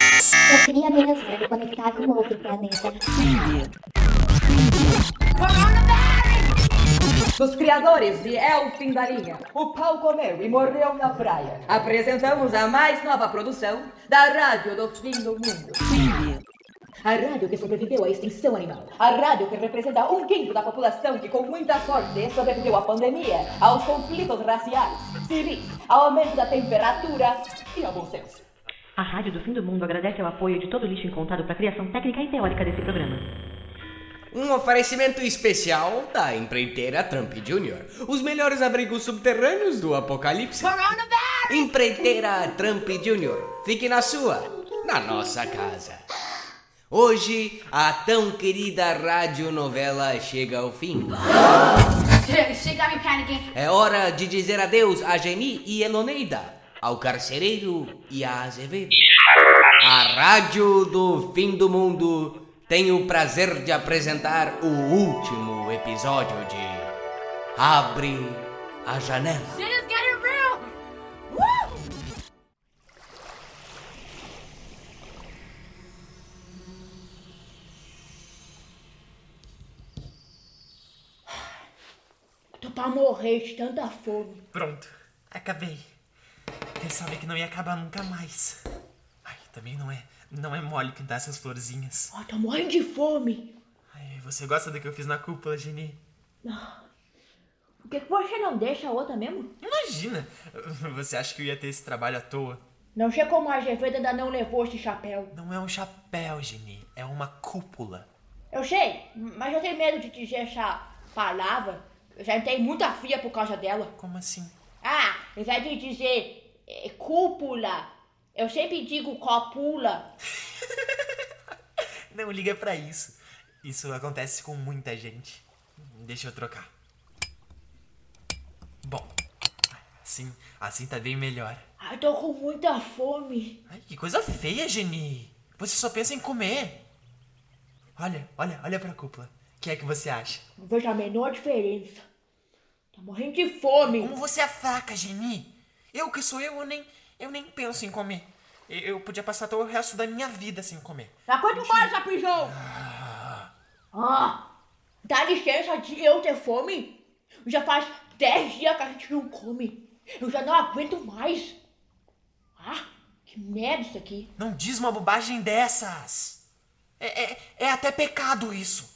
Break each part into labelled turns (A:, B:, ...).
A: Eu queria mesmo me conectar com outro planeta.
B: Dos criadores de El Fim da Linha, o pau comeu e morreu na praia. Apresentamos a mais nova produção da Rádio do Fim do Mundo. A rádio que sobreviveu à extinção animal. A rádio que representa um quinto da população que, com muita sorte, sobreviveu à pandemia, aos conflitos raciais, civis, ao aumento da temperatura e ao bom senso.
C: A Rádio do Fim do Mundo agradece ao apoio de todo o lixo encontrado para a criação técnica e teórica desse programa.
D: Um oferecimento especial da empreiteira Trump Jr. Os melhores abrigos subterrâneos do apocalipse. Empreiteira Trump Jr. Fique na sua, na nossa casa. Hoje, a tão querida radionovela chega ao fim.
E: She got me panicking.
D: É hora de dizer adeus a Geni e Eloneida, ao carcereiro e a Azevedo. A Rádio do Fim do Mundo tem o prazer de apresentar o último episódio de Abre a Janela.
E: She just got it real.
F: Tô pra morrer de tanta fome.
G: Pronto, acabei. Pensava que não ia acabar nunca mais. Ai, também não é, não é mole pintar essas florzinhas.
F: Ó, tô morrendo de fome.
G: Ai, você gosta do que eu fiz na cúpula, Geni?
F: Por que que você não deixa a outra mesmo?
G: Imagina! Você acha que eu ia ter esse trabalho à toa?
F: Não sei como a Azevedo ainda não levou esse chapéu.
G: Não é um chapéu, Geni, é uma cúpula.
F: Eu sei, mas eu tenho medo de dizer essa palavra. Eu já entrei muita fria por causa dela.
G: Como assim?
F: Ah, ao invés de dizer eh, cúpula, eu sempre digo copula.
G: Não liga pra isso. Isso acontece com muita gente. Deixa eu trocar. Bom, assim, assim tá bem melhor.
F: Ai, Ah, tô com muita fome.
G: Ai, que coisa feia, Geni! Você só pensa em comer! Olha, olha, olha pra cúpula. O que é que você acha?
F: Não vejo a menor diferença. Tô morrendo de fome.
G: Como você é fraca, Geni! Eu que sou eu, eu nem, eu nem penso em comer. Eu, eu podia passar todo o resto da minha vida sem comer.
F: Há quanto mais, Sapijão? Ah, dá licença de eu ter fome? Já faz 10 dias que a gente não come. Eu já não aguento mais. Ah, que merda isso aqui.
G: Não diz uma bobagem dessas! É, é, é até pecado isso!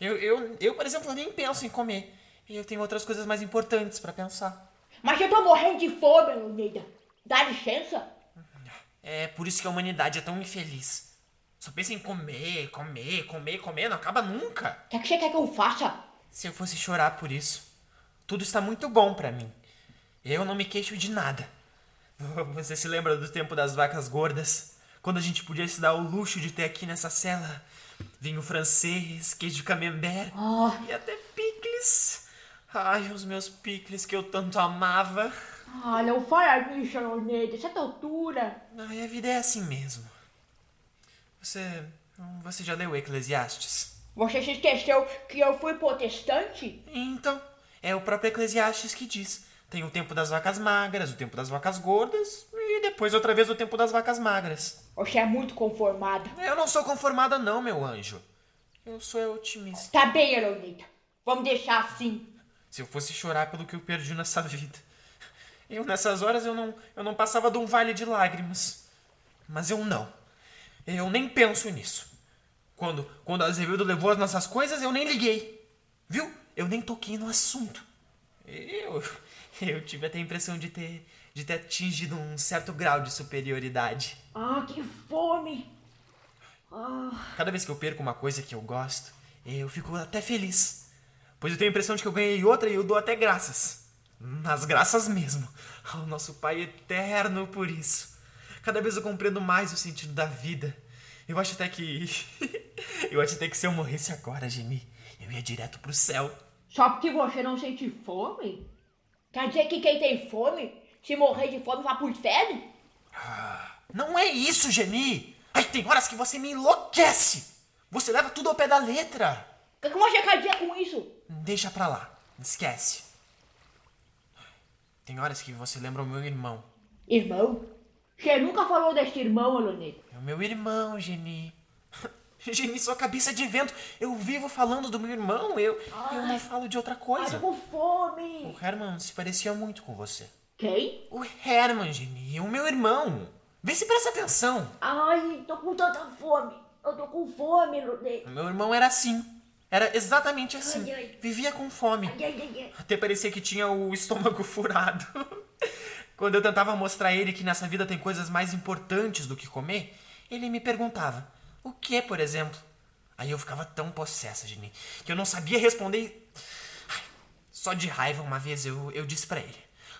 G: Eu, eu, eu, por exemplo, nem penso em comer. E eu tenho outras coisas mais importantes pra pensar.
F: Mas eu tô morrendo de fome, Leonida. Dá licença?
G: É por isso que a humanidade é tão infeliz. Só pensa em comer, comer, comer, comer, não acaba nunca.
F: O que, é que você quer que eu faça?
G: Se eu fosse chorar por isso, tudo está muito bom pra mim. Eu não me queixo de nada. Você se lembra do tempo das vacas gordas? Quando a gente podia se dar o luxo de ter aqui nessa cela vinho francês, queijo camembert
F: Ah.
G: e até picles. Ai, os meus picles que eu tanto amava.
F: Ah, não fala nisso, Leonida. Essa tortura.
G: Ai, a vida é assim mesmo. Você. Você já leu Eclesiastes?
F: Você se esqueceu que eu fui protestante?
G: Então, é o próprio Eclesiastes que diz. Tem o tempo das vacas magras, o tempo das vacas gordas e depois outra vez o tempo das vacas magras.
F: Você é muito conformada.
G: Eu não sou conformada não, meu anjo. Eu sou é otimista.
F: Tá bem, Leonida. Vamos deixar assim.
G: Se eu fosse chorar pelo que eu perdi nessa vida. Eu nessas horas eu não, eu não passava de um vale de lágrimas. Mas eu não. Eu nem penso nisso. Quando, quando a Azevedo levou as nossas coisas, eu nem liguei. Viu? Eu nem toquei no assunto. Eu, eu tive até a impressão de ter, de ter atingido um certo grau de superioridade.
F: Ah, que fome! Ah.
G: Cada vez que eu perco uma coisa que eu gosto, eu fico até feliz. Pois eu tenho a impressão de que eu ganhei outra e eu dou até graças. Mas graças mesmo. Ao nosso Pai eterno por isso. Cada vez eu compreendo mais o sentido da vida. Eu acho até que. eu acho até que se eu morresse agora, Geni, eu ia direto pro céu.
F: Só porque você não sente fome? Quer dizer que quem tem fome, se morrer de fome, vai pro inferno?
G: Não é isso, Geni! Ai, tem horas que você me enlouquece! Você leva tudo ao pé da letra!
F: O que que você quer dizer com isso?
G: Deixa pra lá. Esquece. Tem horas que você lembra o meu irmão.
F: Irmão, Você nunca falou deste irmão, Alonê.
G: É o meu irmão, Geni. Geni, sua cabeça é de vento. Eu vivo falando do meu irmão. Eu, eu não falo de outra
F: Ai,
G: coisa.
F: tô com fome.
G: O Herman se parecia muito com você.
F: Quem?
G: O Herman, Geni, o meu irmão. Vê se presta atenção.
F: Ai, tô com tanta fome. Eu tô com fome, Alonê.
G: O meu irmão era assim. Era exatamente assim.
F: Ai, ai.
G: Vivia com fome.
F: Ai, ai, ai, ai.
G: Até parecia que tinha o estômago furado. Quando eu tentava mostrar a ele que nessa vida tem coisas mais importantes do que comer, ele me perguntava: "O que, por exemplo?" Aí eu ficava tão possessa, Geni, que eu não sabia responder. Ai, Só de raiva uma vez eu, eu disse pra ele: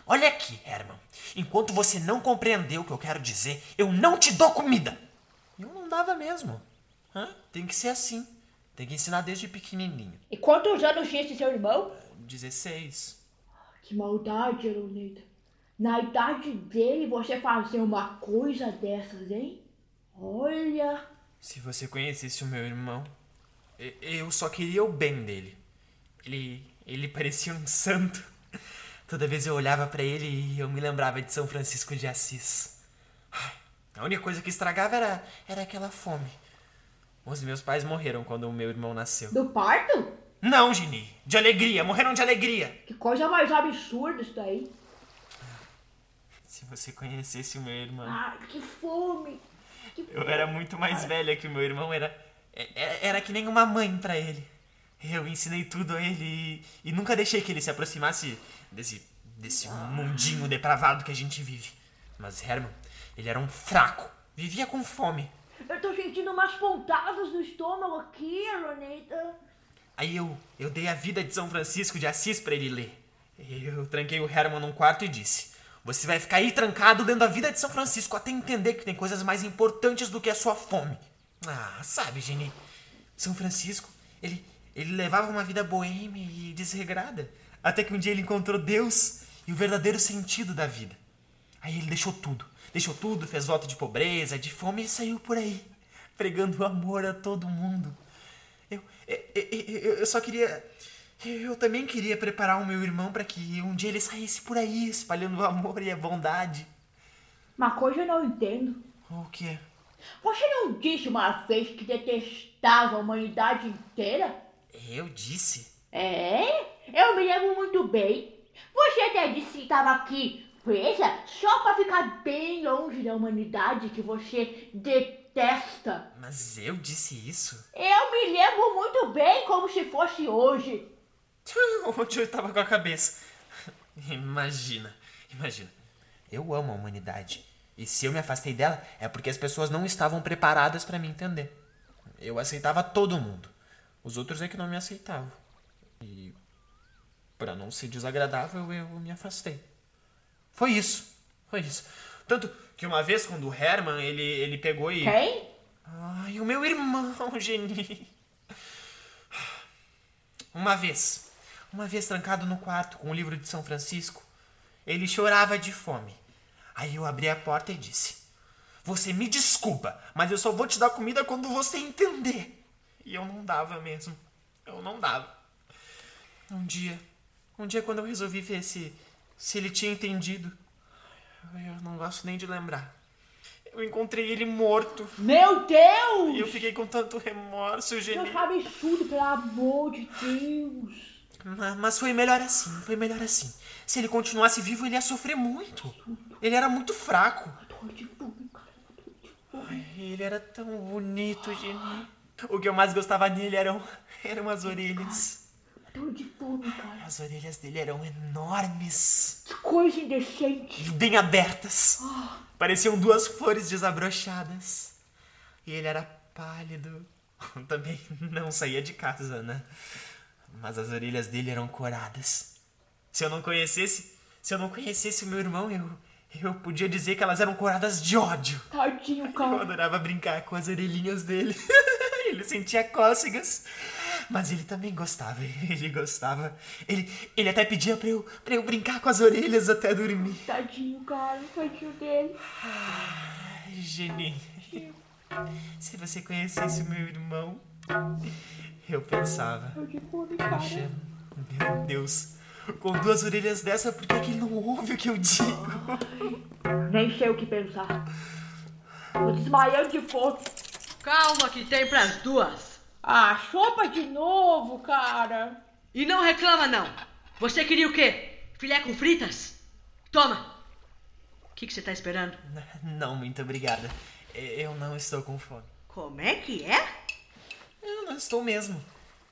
G: "Olha aqui, Herman, enquanto você não compreendeu o que eu quero dizer, eu não te dou comida." E eu não dava mesmo. Hã? Tem que ser assim. Tem que ensinar desde pequenininho.
F: E quantos anos tinha esse seu irmão?
G: 16.
F: Que maldade, Leonida. Na idade dele, você fazer uma coisa dessas, hein? Olha.
G: Se você conhecesse o meu irmão, e- eu só queria o bem dele. Ele, ele parecia um santo. Toda vez eu olhava pra ele e eu me lembrava de São Francisco de Assis. Ai, A única coisa que estragava era, era aquela fome. Os meus pais morreram quando o meu irmão nasceu.
F: Do parto?
G: Não, Gini! De alegria! Morreram de alegria!
F: Que coisa mais absurda isso daí.
G: Se você conhecesse o meu irmão.
F: Ah, que fome. Que
G: Eu era muito mais velha que o meu irmão, era, é- é- era que nem uma mãe pra ele. Eu ensinei tudo a ele e, e nunca deixei que ele se aproximasse desse, desse mundinho depravado que a gente vive. Mas Herman, ele era um fraco, vivia com fome.
F: Eu tô sentindo umas pontadas no estômago aqui, Leonida.
G: Aí eu, eu dei a vida de São Francisco de Assis pra ele ler. Eu tranquei o Herman num quarto e disse: Você vai ficar aí trancado lendo a vida de São Francisco até entender que tem coisas mais importantes do que a sua fome. Ah, sabe, Geni, São Francisco, ele, ele levava uma vida boêmia e desregrada. Até que um dia ele encontrou Deus e o verdadeiro sentido da vida. Aí ele deixou tudo. Deixou tudo, fez voto de pobreza, de fome e saiu por aí, pregando amor a todo mundo. Eu, é, eu, eu- eu- eu só queria. Eu também queria preparar o meu irmão pra que um dia ele saísse por aí espalhando o amor e a bondade.
F: Uma coisa eu não entendo.
G: O quê?
F: Você não disse uma vez que detestava a humanidade inteira?
G: Eu disse?
F: É, eu me lembro muito bem. Você até disse que estava aqui presa só para ficar bem longe da humanidade que você detesta.
G: Mas eu disse isso?
F: Eu me lembro muito bem como se fosse hoje.
G: Onde eu tava com a cabeça? Imagina, imagina. Eu amo a humanidade. E se eu me afastei dela, é porque as pessoas não estavam preparadas pra me entender. Eu aceitava todo mundo. Os outros é que não me aceitavam. E pra não ser desagradável, eu me afastei. Foi isso. Foi isso. Tanto que uma vez quando o Herman, ele, ele pegou e.
F: Quem?
G: Ai, o meu irmão, Geni. Uma vez, uma vez trancado no quarto com o livro de São Francisco, ele chorava de fome. Aí eu abri a porta e disse: Você me desculpa, mas eu só vou te dar comida quando você entender. E eu não dava mesmo. Eu não dava. Um dia, um dia quando eu resolvi ver se, se ele tinha entendido, eu não gosto nem de lembrar. Eu encontrei ele morto.
F: Meu Deus!
G: E eu fiquei com tanto remorso,
F: Meu
G: Geni.
F: cabeçudo, pelo amor de Deus.
G: Ma- Mas foi melhor assim, foi melhor assim. Se ele continuasse vivo, ele ia sofrer muito. Ele era muito fraco.
F: Tô de fome, cara.
G: Ai, Ele era tão bonito, Geni. O que eu mais gostava nele eram, eram as orelhas.
F: Tô de fome, cara.
G: As orelhas dele eram enormes
F: Que coisa indecente.
G: e bem abertas. Pareciam duas flores desabrochadas. E ele era pálido. Também não saía de casa, né? Mas as orelhas dele eram coradas. Se eu não conhecesse, se eu não conhecesse o meu irmão, eu eu podia dizer que elas eram coradas de ódio.
F: Tadinho,
G: Eu
F: cara.
G: adorava brincar com as orelhinhas dele. ele sentia cócegas. Mas ele também gostava, ele gostava. Ele, ele até pedia pra eu, pra eu brincar com as orelhas até dormir.
F: Tadinho, cara. Tadinho dele.
G: Geni, se você conhecesse o meu irmão, eu pensava,
F: Tô de fome, cara.
G: "Poxa, meu Deus, Com duas orelhas dessa, por que, que ele não ouve o que eu digo?
F: Nem sei o que pensar. Tô desmaiando de fome.
H: Calma que tem pras duas.
F: Ah, sopa de novo, cara.
H: E não reclama não. Você queria o quê? Filé com fritas? Toma. O que que você tá esperando?
G: Não, muito obrigada. E- Eu não estou com fome.
H: Como é que é?
G: Eu não estou mesmo.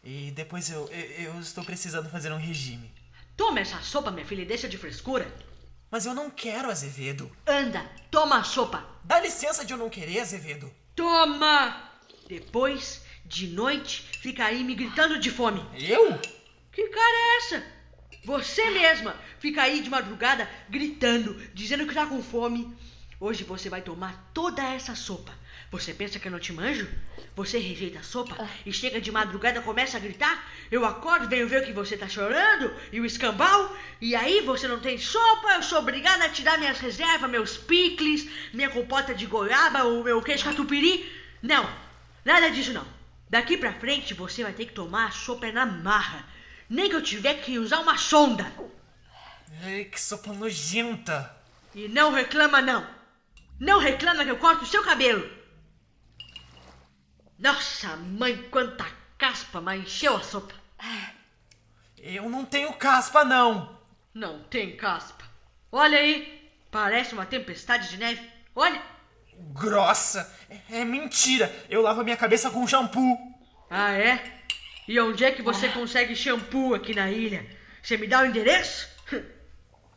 G: E depois eu, eu, eu estou precisando fazer um regime.
H: Toma essa sopa, minha filha, e deixa de frescura.
G: Mas eu não quero, Azevedo.
H: Anda, toma a sopa.
G: Dá licença de eu não querer, Azevedo.
H: Toma! Depois, de noite, fica aí me gritando de fome.
G: Eu?
H: Que cara é essa? Você mesma fica aí de madrugada gritando, dizendo que tá com fome. Hoje você vai tomar toda essa sopa. Você pensa que eu não te manjo? Você rejeita a sopa e chega de madrugada, começa a gritar. Eu acordo, venho ver que você tá chorando e o escambau. E aí você não tem sopa, eu sou obrigada a tirar minhas reservas, meus picles, minha compota de goiaba, o meu queijo catupiry. Não, nada disso não. Daqui pra frente você vai ter que tomar a sopa na marra. Nem que eu tiver que usar uma sonda.
G: Ai, que sopa nojenta.
H: E não reclama, não. Não reclama que eu corto o seu cabelo. Nossa, mãe, quanta caspa, mas encheu a sopa.
G: Eu não tenho caspa, não.
H: Não tem caspa. Olha aí, parece uma tempestade de neve. Olha.
G: Grossa. É, é mentira. Eu lavo a minha cabeça com shampoo.
H: Ah, é? E onde é que você consegue shampoo aqui na ilha? Você me dá o endereço?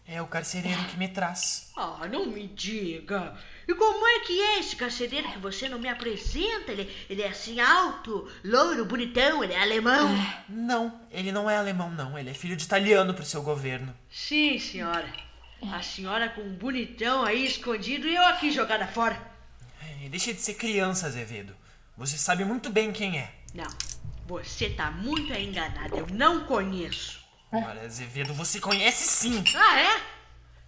G: É o carcereiro que me traz.
H: Ah, não me diga. E como é que é esse carcereiro que você não me apresenta? Ele, ele é assim alto, louro, bonitão, ele é alemão.
G: Não, ele não é alemão, não. Ele é filho de italiano pro seu governo.
H: Sim, senhora. A senhora com um bonitão aí escondido e eu aqui jogada fora.
G: Ai, É, Deixa de ser criança, Azevedo. Você sabe muito bem quem é.
H: Não, você tá muito enganada. Eu não conheço.
I: É.
G: Olha, Azevedo, você conhece sim.
H: Ah, é?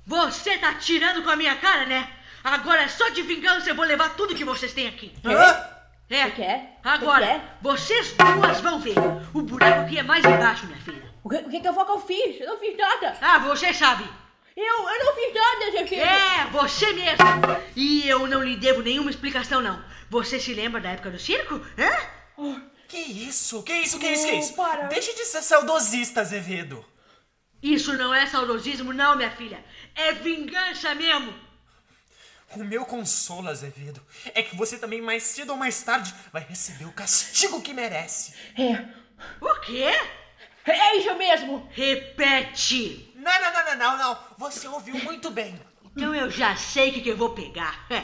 H: Você tá tirando com a minha cara, né? Agora é só de vingança eu vou levar tudo que vocês têm aqui.
G: Hã?
H: É.
I: O que é?
H: Agora,
I: O que é?
H: vocês duas vão ver. O buraco que é mais embaixo, minha filha.
I: O que, o que que eu vou que eu fiz? Eu não fiz nada.
H: Ah, você sabe.
I: Eu, eu não fiz nada, Zevedo.
H: É, você mesmo. E eu não lhe devo nenhuma explicação, não. Você se lembra da época do circo? Hã?
G: Que isso? Que isso? Que isso? Que
I: Não,
G: isso?
I: para.
G: Deixa de ser saudosista, Azevedo.
H: Isso não é saudosismo, não, minha filha. É vingança mesmo.
G: O meu consolo, Azevedo, é que você também mais cedo ou mais tarde vai receber o castigo que merece.
H: O quê?
I: É isso mesmo.
H: Repete.
G: Não, não, não, não, não, não. Você ouviu muito bem.
H: Então eu já sei o que, que eu vou pegar. É,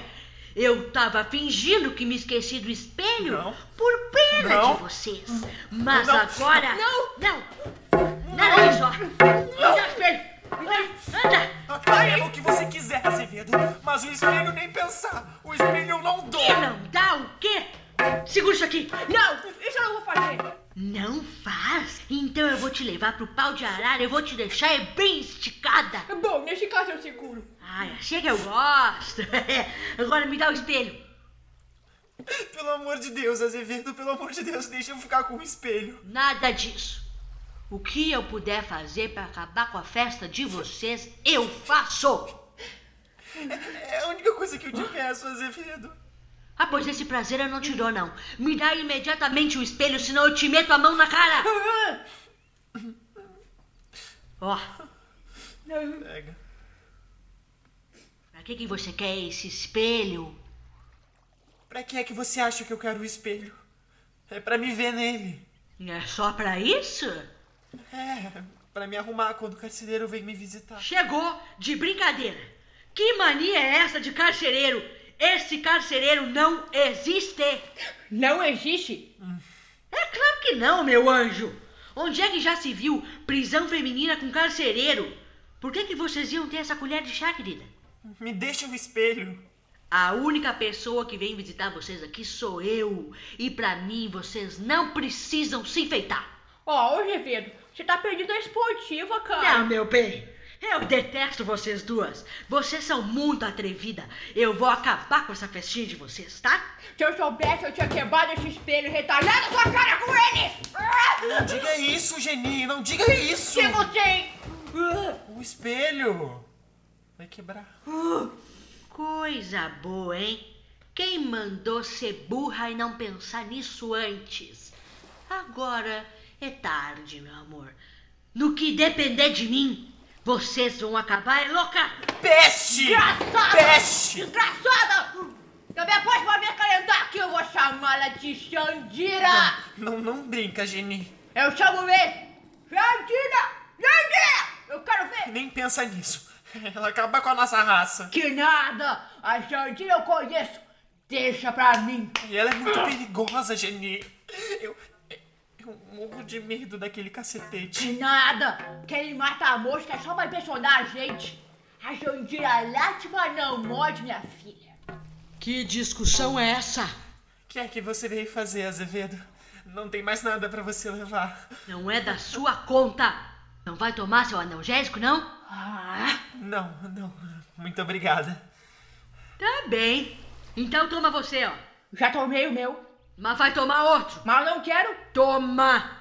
H: Eu tava fingindo que me esqueci do espelho
G: Não.
H: por pena
G: Não.
H: de vocês. Mas
G: Não.
H: agora.
I: Não.
H: Não! Nada disso, ó. Me dá o espelho! Me dá! Anda!
G: Leva é o que você quiser, Azevedo, mas o espelho nem pensar. O espelho eu não dou.
H: Que não dá o quê? Segura isso aqui!
I: Não, isso eu não vou fazer.
H: Não faz? Então eu vou te levar pro pau de arara, eu vou te deixar é bem esticada!
I: É Bom, nesse caso eu seguro.
H: Ai, achei que eu gosto. Agora me dá o espelho.
G: Pelo amor de Deus, Azevedo, pelo amor de Deus, deixa eu ficar com o espelho.
H: Nada disso. O que eu puder fazer pra acabar com a festa de vocês, eu faço.
G: É a única coisa que eu te peço, Azevedo.
H: Ah, pois esse prazer eu não te dou, não. Me dá imediatamente o espelho, senão eu te meto a mão na cara. Ó,
G: Pega.
H: pra que, que você quer esse espelho?
G: Pra que é que você acha que eu quero o espelho? É pra me ver nele.
H: É só pra isso?
G: É, pra me arrumar quando o carcereiro vem me visitar.
H: Chegou de brincadeira. Que mania é essa de carcereiro? Esse carcereiro não existe.
I: Não existe.
H: É claro que não, meu anjo. Onde é que já se viu prisão feminina com carcereiro? Por que, que vocês iam ter essa colher de chá, querida?
G: Me deixa o espelho.
H: A única pessoa que vem visitar vocês aqui sou eu. E pra mim, vocês não precisam se enfeitar.
I: Ó, ô, Zevedo, você tá perdendo a esportiva, cara.
H: Não, Ah, meu bem. Eu detesto vocês duas. Vocês são muito atrevida. Eu vou acabar com essa festinha de vocês, tá?
I: Se eu soubesse, eu tinha quebrado esse espelho e retalhado sua cara com ele. Ah,
G: Não diga isso, Geni, não diga isso.
I: Se você Ah.
G: O espelho! Vai quebrar.
H: Coisa boa, hein? Quem mandou ser burra e não pensar nisso antes? Agora é tarde, meu amor. No que depender de mim, vocês vão acabar é louca.
G: Peste!
F: Desgraçada!
G: Peste!
F: Desgraçada! Também a próxima vez que ela entrar aqui, eu vou chamá-la de Xandira!
G: Não, não brinca, Geni.
F: Eu chamo ele! Xandira! Xandira! Eu quero ver!
G: Nem pensa nisso. Ela acaba com a nossa raça.
F: Que nada! A Xandira eu conheço! Deixa pra mim!
G: E ela é muito perigosa, Geni. Eu, eu morro de medo daquele cacetete.
F: Que nada! Quem mata a mosca é só pra impressionar a gente! A Xandira é Látima não morde, minha filha!
H: Que discussão é essa?
G: O que é que você veio fazer, Azevedo? Não tem mais nada pra você levar.
H: Não é da sua conta. Não vai tomar seu analgésico, não?
F: Ah!
G: Não, não. Muito obrigada.
H: Tá bem. Então toma você, ó.
F: Já tomei o meu,
H: Mas vai tomar outro.
F: mas eu não quero!
H: Toma!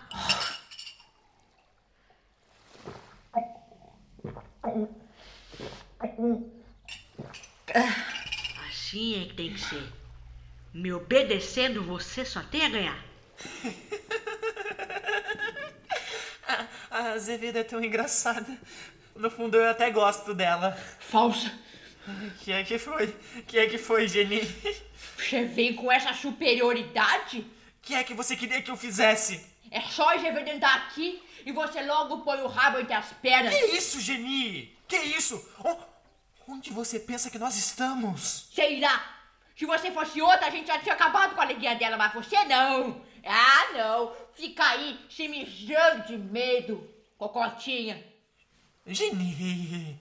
H: Assim é que tem que ser. Me obedecendo, você só tem a ganhar.
G: A Azevedo é tão engraçada. No fundo, eu até gosto dela.
F: Falsa!
G: Que é que foi? Que é que foi, Geni?
F: Você vem com essa superioridade?
G: Que é que você queria que eu fizesse?
F: É só Azevedo entrar aqui e você logo põe o rabo entre as pernas!
G: Que isso, Geni? Que isso? O- Onde você pensa que nós estamos?
F: Sei lá. Se você fosse outra, a gente já tinha acabado com a alegria dela, mas você não. Ah, não. Fica aí se mijando de medo, cocotinha.
G: Geni!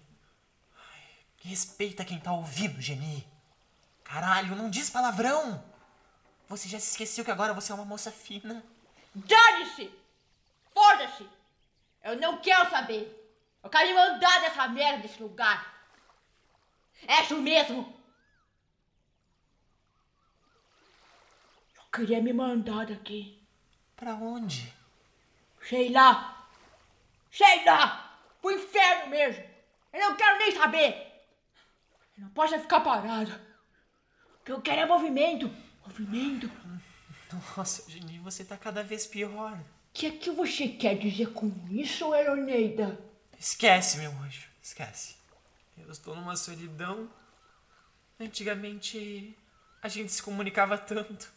G: Ai, Respeita quem tá ouvindo, Geni! Caralho, não diz palavrão! Você já se esqueceu que agora você é uma moça fina?
F: Dane-se. Foda-se. Eu não quero saber. Eu quero me mandar dessa merda, desse lugar. É isso mesmo. Eu queria me mandar daqui.
G: Pra onde?
F: Sei lá. Sei lá. Pro inferno mesmo. Eu não quero nem saber. Eu não posso é ficar parado. O que eu quero é movimento. Movimento?
G: Nossa, Geni, você tá cada vez pior.
F: O que é que você quer dizer com isso, Eroneida?
G: Esquece, meu anjo, esquece. Eu estou numa solidão. Antigamente a gente se comunicava tanto.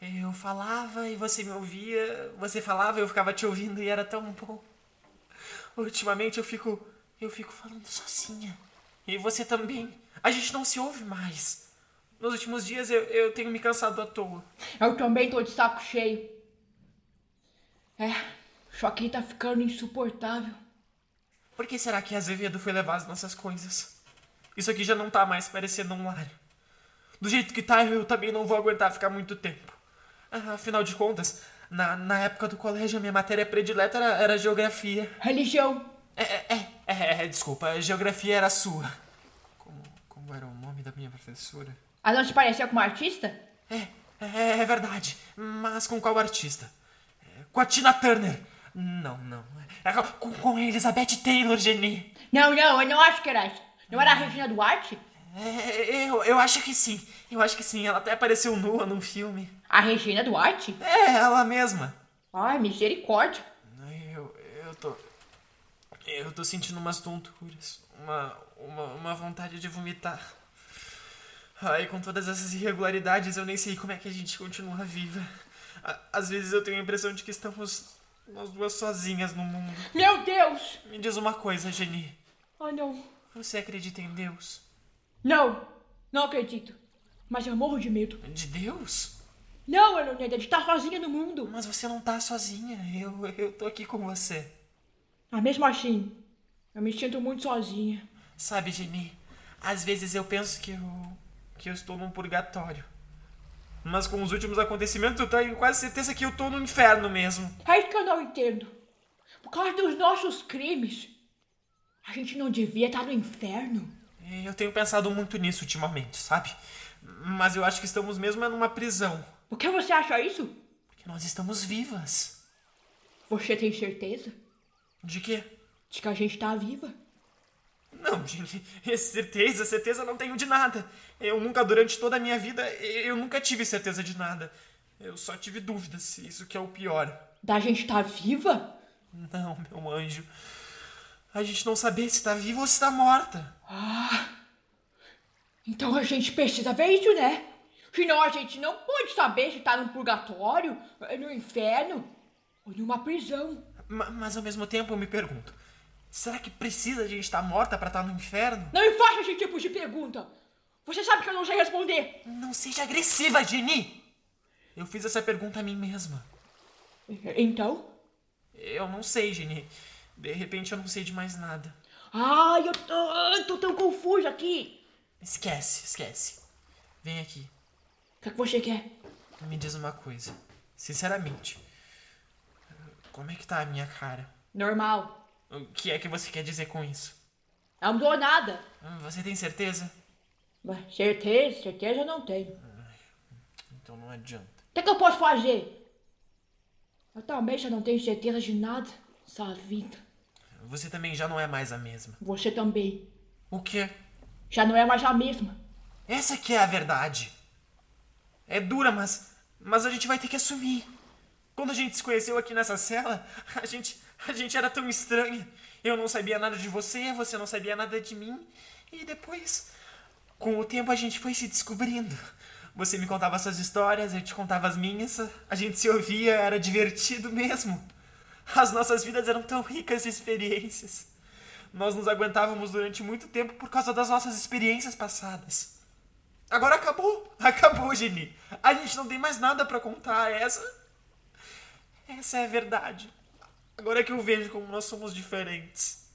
G: Eu falava e você me ouvia, você falava e eu ficava te ouvindo e era tão bom. Ultimamente eu fico eu fico falando sozinha. E você também. A gente não se ouve mais. Nos últimos dias eu, eu tenho me cansado à toa.
F: Eu também tô de saco cheio. É, só que tá ficando insuportável.
G: Por que será que Azevedo foi levar as nossas coisas? Isso aqui já não tá mais parecendo um lar. Do jeito que tá, eu também não vou aguentar ficar muito tempo. Ah, Afinal de contas, na, na época do colégio, a minha matéria predileta era, era geografia.
F: Religião.
G: É, é, é, é, é, desculpa, a geografia era a sua. Como, como era o nome da minha professora?
F: Ah, não te pareceu com uma artista?
G: É, é, é verdade. Mas com qual artista? É, Com a Tina Turner. Não, não. É com, com a Elizabeth Taylor, Genie.
F: Não, não, eu não acho que era isso. Não era a Regina Duarte?
G: É, eu, eu acho que sim. Eu acho que sim. Ela até apareceu nua num filme.
F: A Regina Duarte?
G: É, ela mesma.
F: Ai, misericórdia.
G: Ai, Eu, eu tô. Eu tô sentindo umas tonturas. Uma, uma, uma vontade de vomitar. Ai, com todas essas irregularidades, eu nem sei como é que a gente continua viva. A- Às vezes eu tenho a impressão de que estamos nós duas sozinhas no mundo.
F: Meu Deus!
G: Me diz uma coisa, Jenny.
F: Ai, Ah, não.
G: Você acredita em Deus?
F: Não, não acredito. Mas eu morro de medo.
G: De Deus?
F: Não, Eloneda, de estar sozinha no mundo.
G: Mas você não tá sozinha. Eu, eu tô aqui com você.
F: Mas mesmo assim, eu me sinto muito sozinha.
G: Sabe, Geni, às vezes eu penso que eu, que eu estou num purgatório. Mas com os últimos acontecimentos eu tenho quase certeza que eu tô no inferno mesmo.
F: É isso que eu não entendo. Por causa dos nossos crimes, a gente não devia estar no inferno.
G: E Eu tenho pensado muito nisso ultimamente, sabe? Mas eu acho que estamos mesmo é numa prisão.
F: Por que você acha isso?
G: Porque nós estamos vivas.
F: Você tem certeza?
G: De quê?
F: De que a gente tá viva.
G: Não, gente, certeza, certeza não tenho de nada. Eu nunca, durante toda a minha vida, eu nunca tive certeza de nada. Eu só tive dúvidas, isso que é o pior.
F: Da gente tá viva?
G: Não, meu anjo. A gente não saber se tá viva ou se tá morta.
F: Então a gente precisa ver isso, né? Senão a gente não pode saber se tá num purgatório, eh, no inferno ou numa prisão.
G: Ma- mas ao mesmo tempo eu me pergunto: será que precisa a gente estar morta pra estar no inferno?
F: Não me faça esse tipo de pergunta. Você sabe que eu não sei responder.
G: Não seja agressiva, Jenny! Eu fiz essa pergunta a mim mesma.
F: Então?
G: Eu não sei, Jenny. De repente eu não sei de mais nada.
F: Ai, eu tô, eu tô tão confuso aqui.
G: Esquece, esquece. Vem aqui,
F: O que, é que você quer?
G: me diz uma coisa. Sinceramente, como é que tá a minha cara?
F: Normal.
G: O que é que você quer dizer com isso?
F: Não mudou nada.
G: Hum, Você tem certeza?
F: Mas certeza, certeza eu não tenho.
G: Então não adianta.
F: O que, é que eu posso fazer? Eu também já não tenho certeza de nada. Essa vida.
G: Você também já não é mais a mesma.
F: Você também.
G: O quê?
F: Já não é mais a mesma.
G: Essa que é a verdade. É dura, mas mas a gente vai ter que assumir. Quando a gente se conheceu aqui nessa cela, a gente a gente era tão estranha. Eu não sabia nada de você, você não sabia nada de mim. E depois, com o tempo a gente foi se descobrindo. Você me contava suas histórias, eu te contava as minhas. A gente se ouvia, era divertido mesmo. As nossas vidas eram tão ricas de experiências. Nós nos aguentávamos durante muito tempo por causa das nossas experiências passadas. Agora acabou. Acabou, Geni. A gente não tem mais nada pra contar. Essa. Essa é a verdade. Agora que eu vejo como nós somos diferentes.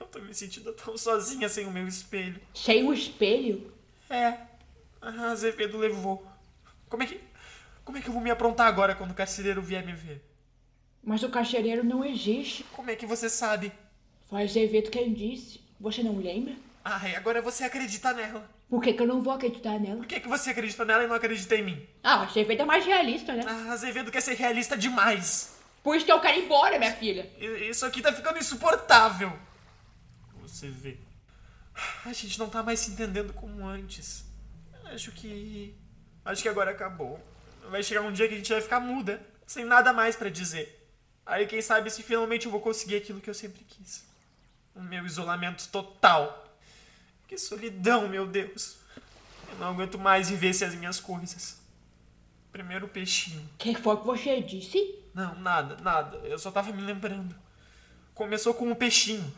G: Eu tô me sentindo tão sozinha sem o meu espelho.
F: Sem o espelho?
G: É. A Azevedo levou. Como é que. Como é que eu vou me aprontar agora quando o carcereiro vier me ver?
F: Mas o carcereiro não existe.
G: Como é que você sabe?
F: Faz evento quem disse. Você não lembra?
G: Ai, agora você acredita nela.
F: Por que, que eu não vou acreditar nela?
G: Por que, que você acredita nela e não acredita em mim?
F: Ah, o evento é mais realista, né?
G: A Azevedo quer ser realista demais.
F: Por isso que eu quero ir embora, minha filha.
G: I- Isso aqui tá ficando insuportável. Você vê. A gente não tá mais se entendendo como antes. Acho que. Acho que agora acabou. Vai chegar um dia que a gente vai ficar muda, sem nada mais pra dizer. Aí quem sabe se finalmente eu vou conseguir aquilo que eu sempre quis. O meu isolamento total. Que solidão, meu Deus. Eu não aguento mais viver sem as minhas coisas. Primeiro o peixinho.
F: O que foi que você disse?
G: Não, nada, nada. Eu só tava me lembrando. Começou com o peixinho.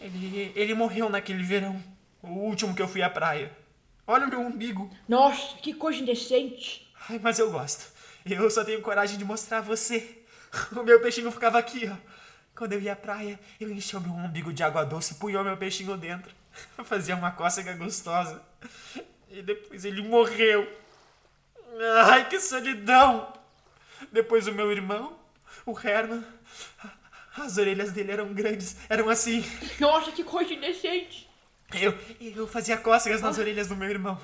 G: Ele, ele morreu naquele verão. O último que eu fui à praia. Olha o meu umbigo.
F: Nossa, que coisa indecente.
G: Ai, mas eu gosto. Eu só tenho coragem de mostrar a você. O meu peixinho ficava aqui, ó. Quando eu ia à praia, eu enchia o meu umbigo de água doce e punhou meu peixinho dentro. Fazia uma cócega gostosa. E depois ele morreu. Ai, que solidão! Depois o meu irmão, o Herman. As orelhas dele eram grandes, eram assim.
F: Nossa, que coisa indecente.
G: Eu, eu fazia cócegas nas orelhas do meu irmão.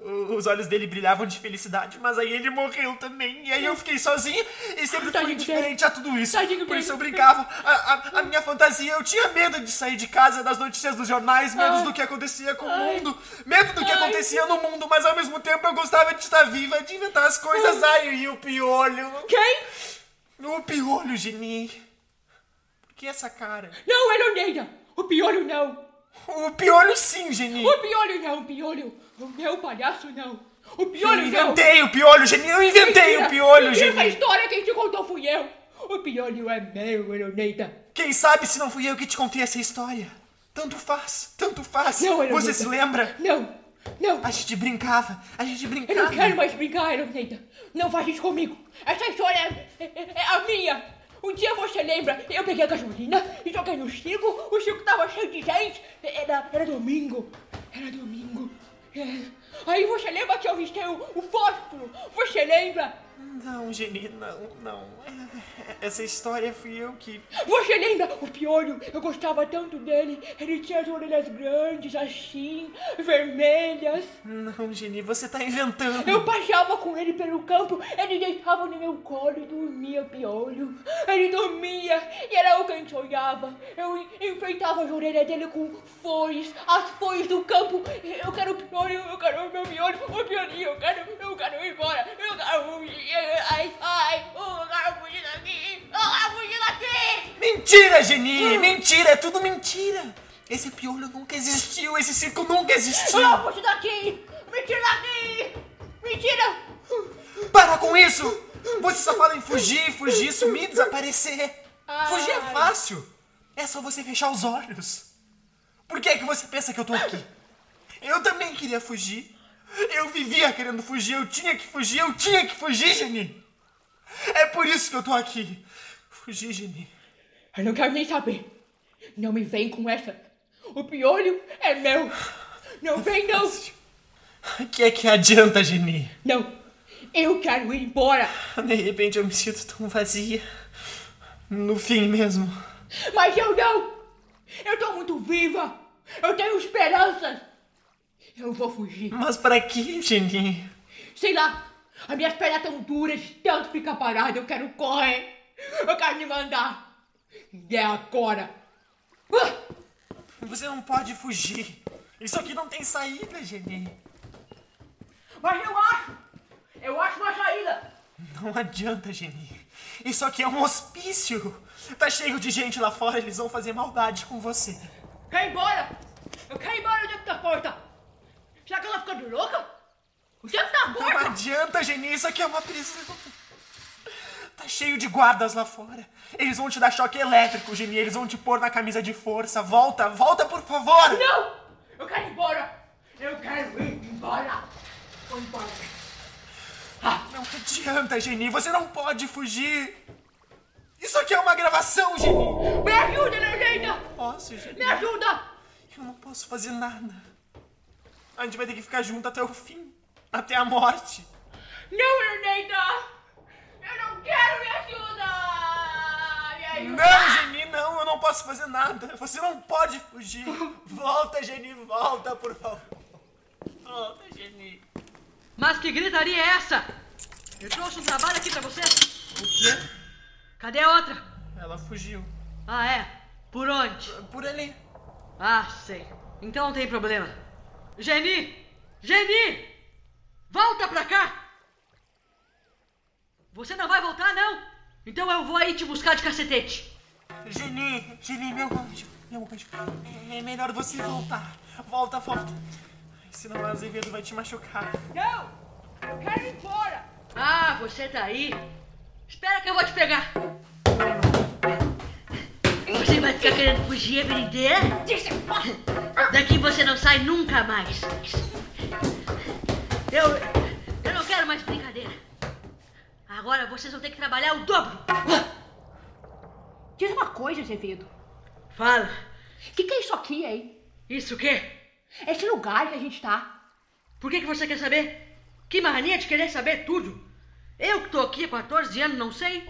G: O- Os olhos dele brilhavam de felicidade, mas aí ele morreu também. E aí eu fiquei sozinha e sempre fui
F: Tadinho
G: indiferente a tudo isso.
F: Tadinho
G: Por isso eu
F: dele.
G: brincava. A, a- a minha fantasia, eu tinha medo de sair de casa, das notícias dos jornais, medo
F: Ai.
G: do que acontecia com o
F: Ai.
G: mundo, medo do que
F: Ai.
G: acontecia no mundo, mas ao mesmo tempo eu gostava de estar viva, de inventar as coisas. Ai, e o piolho.
F: Quem?
G: O piolho, Geni. Por que essa cara?
F: Não, eu não neida. O piolho não.
G: O piolho sim, Geni.
F: O piolho não, o piolho. O meu palhaço não. O
G: Eu
F: piolho não.
G: inventei o piolho, Geni! Eu inventei o piolho,
F: Mentira, Essa
G: Geni!
F: história quem te contou fui eu. O piolho é meu, Eroneta.
G: Quem sabe se não fui eu que te contei essa história? Tanto faz, tanto faz.
F: Não, eu não
G: Você
F: lembro.
G: se lembra?
F: Não, não.
G: A gente brincava, a gente
F: Eu
G: brincava.
F: não quero mais brincar, Eroneta. Não faz isso comigo. Essa história é, é- é a minha. Um dia você lembra, eu peguei a gasolina e joguei no Chico. O Chico tava cheio de gente. Era, era domingo. Era domingo. É. Aí você lembra que eu avistei o, o fósforo? Você lembra?
G: Não, Geni, não, não. É, Essa história fui eu que.
F: Você lembra o piolho? Eu gostava tanto dele. Ele tinha as orelhas grandes, assim, vermelhas.
G: Não, Geni, você tá inventando.
F: Eu passeava com ele pelo campo, ele deitava no meu colo e dormia piolho. Ele dormia e era eu quem olhava. Eu en- enfeitava as orelhas dele com folhas, as folhas do campo. Eu quero piolho, eu quero meu piolho, o piolinho, eu quero, eu quero ir embora. Eu quero fugir, ai, ai, um eu quero fugir daqui, eu quero fugir daqui.
G: Mentira,
F: Ah.
G: Geni! Mentira! É tudo mentira! Esse piolho nunca existiu! Esse circo nunca existiu!
F: Eu vou fugir daqui, me tira daqui, me tira.
G: Para com isso! Você só fala em fugir, fugir, sumir, desaparecer! Fugir é fácil! É só você fechar os olhos! Por que é que você pensa que eu tô aqui? Eu também queria fugir! Eu vivia querendo fugir, eu tinha que fugir, eu tinha que fugir, Geni! É por isso que eu tô aqui! Fugir, Geni!
F: Eu não quero nem saber. Não me vem com essa. O piolho é meu. Não vem, não.
G: O que é que adianta, Geni?
F: Não. Eu quero ir embora.
G: De repente eu me sinto tão vazia. No fim mesmo.
F: Mas eu não. Eu tô muito viva. Eu tenho esperanças. Eu vou fugir.
G: Mas pra que, Geni?
F: Sei lá. As minhas pernas tão duras. Tanto ficar parado. Eu quero correr. Eu quero me mandar. E é agora. Ah!
G: Você não pode fugir. Isso aqui não tem saída, Geni.
F: Mas eu acho. Eu acho uma saída.
G: Não adianta, Geni. Isso aqui é um hospício. Tá cheio de gente lá fora, eles vão fazer maldade com você.
F: Quer ir embora? Eu quero ir embora dentro da tá porta! Será que ela fica de louca? é Dentro da
G: Não
F: tá porta!
G: adianta, Geni, isso aqui é uma prisão. Tá cheio de guardas lá fora. Eles vão te dar choque elétrico, Geni. Eles vão te pôr na camisa de força. Volta, volta, por favor!
F: Não! Eu quero ir embora! Eu quero ir embora! Vou embora!
G: Não adianta, Geni, você não pode fugir! Isso aqui é uma gravação, Geni!
F: Me ajuda, Legenda!
G: Posso, Geni?
F: Me ajuda!
G: Eu não posso fazer nada. A gente vai ter que ficar junto até o fim. Até a morte.
F: Não, Legenda! Eu não quero me ajuda! Me ajuda!
G: Não, Geni, não, eu não posso fazer nada. Você não pode fugir. Volta, Geni, volta, por favor. Volta, Geni.
H: Mas que gritaria é essa? Eu trouxe um trabalho aqui pra você.
G: O quê?
H: Cadê a outra?
G: Ela fugiu.
H: Ah, é? Por onde?
G: Por ali.
H: Ah, sei. Então não tem problema. Geni! Geni! Volta pra cá! Você não vai voltar, não? Então eu vou aí te buscar de cacetete.
G: Geni, Geni, meu anjo, meu anjo. É melhor você voltar. Volta, volta. Ai, Senão a Azevedo vai te machucar.
F: Não! Eu quero ir embora!
H: Ah, você tá aí? Espera que eu vou te pegar. Você vai ficar querendo fugir a vida inteira? Daqui você não sai nunca mais. Eu, eu não quero mais brincadeira. Agora vocês vão ter que trabalhar o dobro.
I: Diz uma coisa, Zevedo.
H: Fala.
I: O que, que é isso aqui, hein?
H: Isso o quê?
I: Esse lugar que a gente tá.
H: Por que, que você quer saber? Que mania de querer saber tudo. Eu que tô aqui há 14 anos, não sei.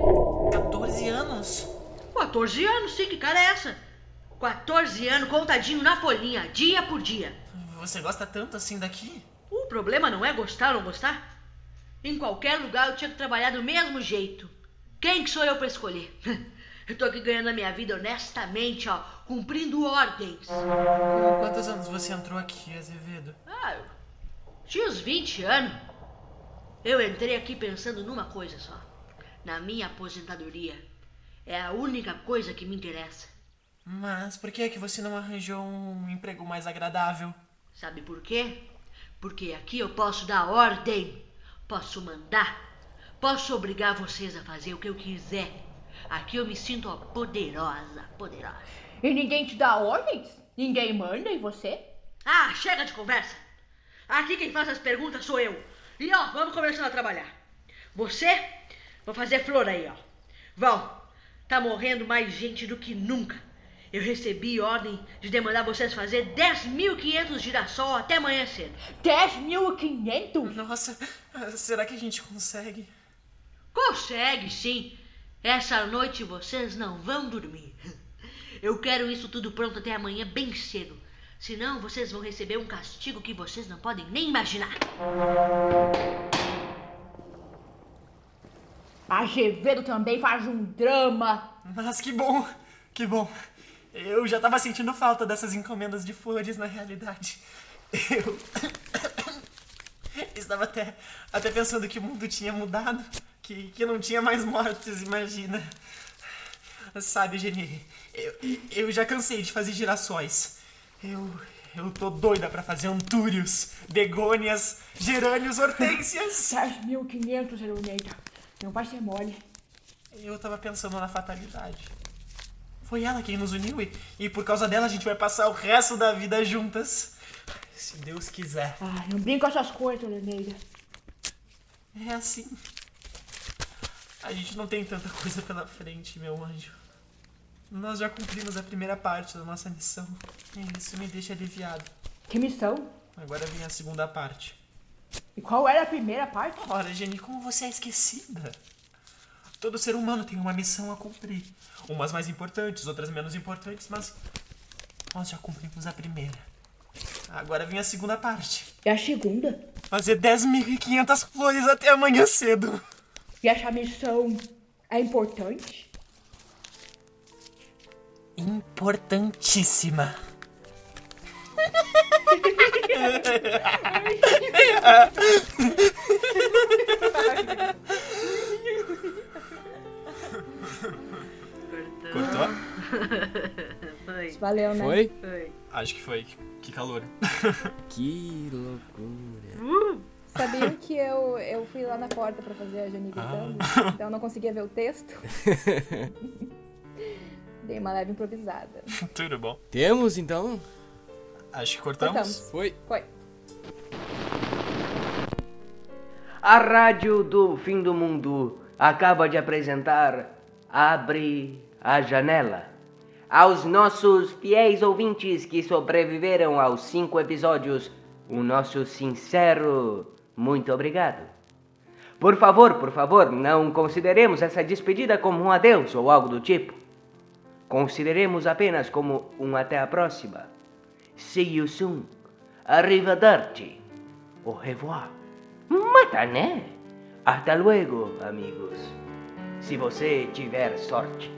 G: 14 anos?
H: 14 anos, sim, que cara é essa? 14 anos contadinho na folhinha, dia por dia.
G: Você gosta tanto assim daqui?
H: O problema não é gostar ou não gostar. Em qualquer lugar eu tinha que trabalhar do mesmo jeito. Quem que sou eu pra escolher? Eu tô aqui ganhando a minha vida honestamente, ó, cumprindo ordens.
G: Com quantos anos você entrou aqui, Azevedo?
H: Ah, eu tinha uns 20 anos. Eu entrei aqui pensando numa coisa só. Na minha aposentadoria. É a única coisa que me interessa.
G: Mas por que é que você não arranjou um emprego mais agradável?
H: Sabe por quê? Porque aqui eu posso dar ordem, posso mandar, posso obrigar vocês a fazer o que eu quiser. Aqui eu me sinto ó, poderosa, poderosa.
I: E ninguém te dá ordens? Ninguém manda em você?
H: Ah, chega de conversa! Aqui quem faz as perguntas sou eu. E ó, vamos começar a trabalhar. Você, vou fazer flor aí, ó. Vão, tá morrendo mais gente do que nunca. Eu recebi ordem de demandar vocês fazer 10.500 girassol até amanhã cedo.
I: 10.500?
G: Nossa, será que a gente consegue?
H: Consegue sim. Essa noite vocês não vão dormir. Eu quero isso tudo pronto até amanhã bem cedo. Senão vocês vão receber um castigo que vocês não podem nem imaginar.
F: Azevedo também faz um drama.
G: Mas que bom, que bom. Eu já tava sentindo falta dessas encomendas de flores na realidade. Eu. Estava até, até pensando que o mundo tinha mudado, que, que não tinha mais mortes, imagina. Sabe, Geni, eu, eu já cansei de fazer girassóis. Eu. Eu tô doida pra fazer antúrios, begônias, gerânios, hortênsias.
F: 10.500, Elenita. Não vai ser mole.
G: Eu tava pensando na fatalidade. Foi ela quem nos uniu e, e por causa dela a gente vai passar o resto da vida juntas. Se Deus quiser.
F: Ah, não brinca com essas coisas, Elenita.
G: É assim. A gente não tem tanta coisa pela frente, meu anjo. Nós já cumprimos a primeira parte da nossa missão. E isso me deixa aliviado.
F: Que missão?
G: Agora vem a segunda parte.
F: E qual era a primeira parte?
G: Ora, Jenny, como você é esquecida? Todo ser humano tem uma missão a cumprir. Umas mais importantes, outras menos importantes, mas nós já cumprimos a primeira. Agora vem a segunda parte.
F: E a segunda?
G: Fazer 10.500 flores até amanhã cedo.
F: E essa missão é importante?
G: Importantíssima. Cortou?
H: Foi,
F: Valeu, né?
J: Foi?
H: foi.
G: Acho que foi. Que calor.
J: Que loucura.
K: Sabiam que eu, eu fui lá na porta pra fazer a Jane gritando, então eu não conseguia ver o texto. Dei uma leve improvisada.
G: Tudo bom.
J: Temos então?
G: Acho que cortamos.
K: Cortamos.
J: Foi.
K: Foi.
D: A rádio do fim do mundo acaba de apresentar Abre a Janela. Aos nossos fiéis ouvintes que sobreviveram aos cinco episódios, o nosso sincero muito obrigado. Por favor, por favor, não consideremos essa despedida como um adeus ou algo do tipo. Consideremos apenas como um até a próxima. See you soon. Arrivederci. Au revoir. Matané. Hasta luego, amigos. Se você tiver sorte.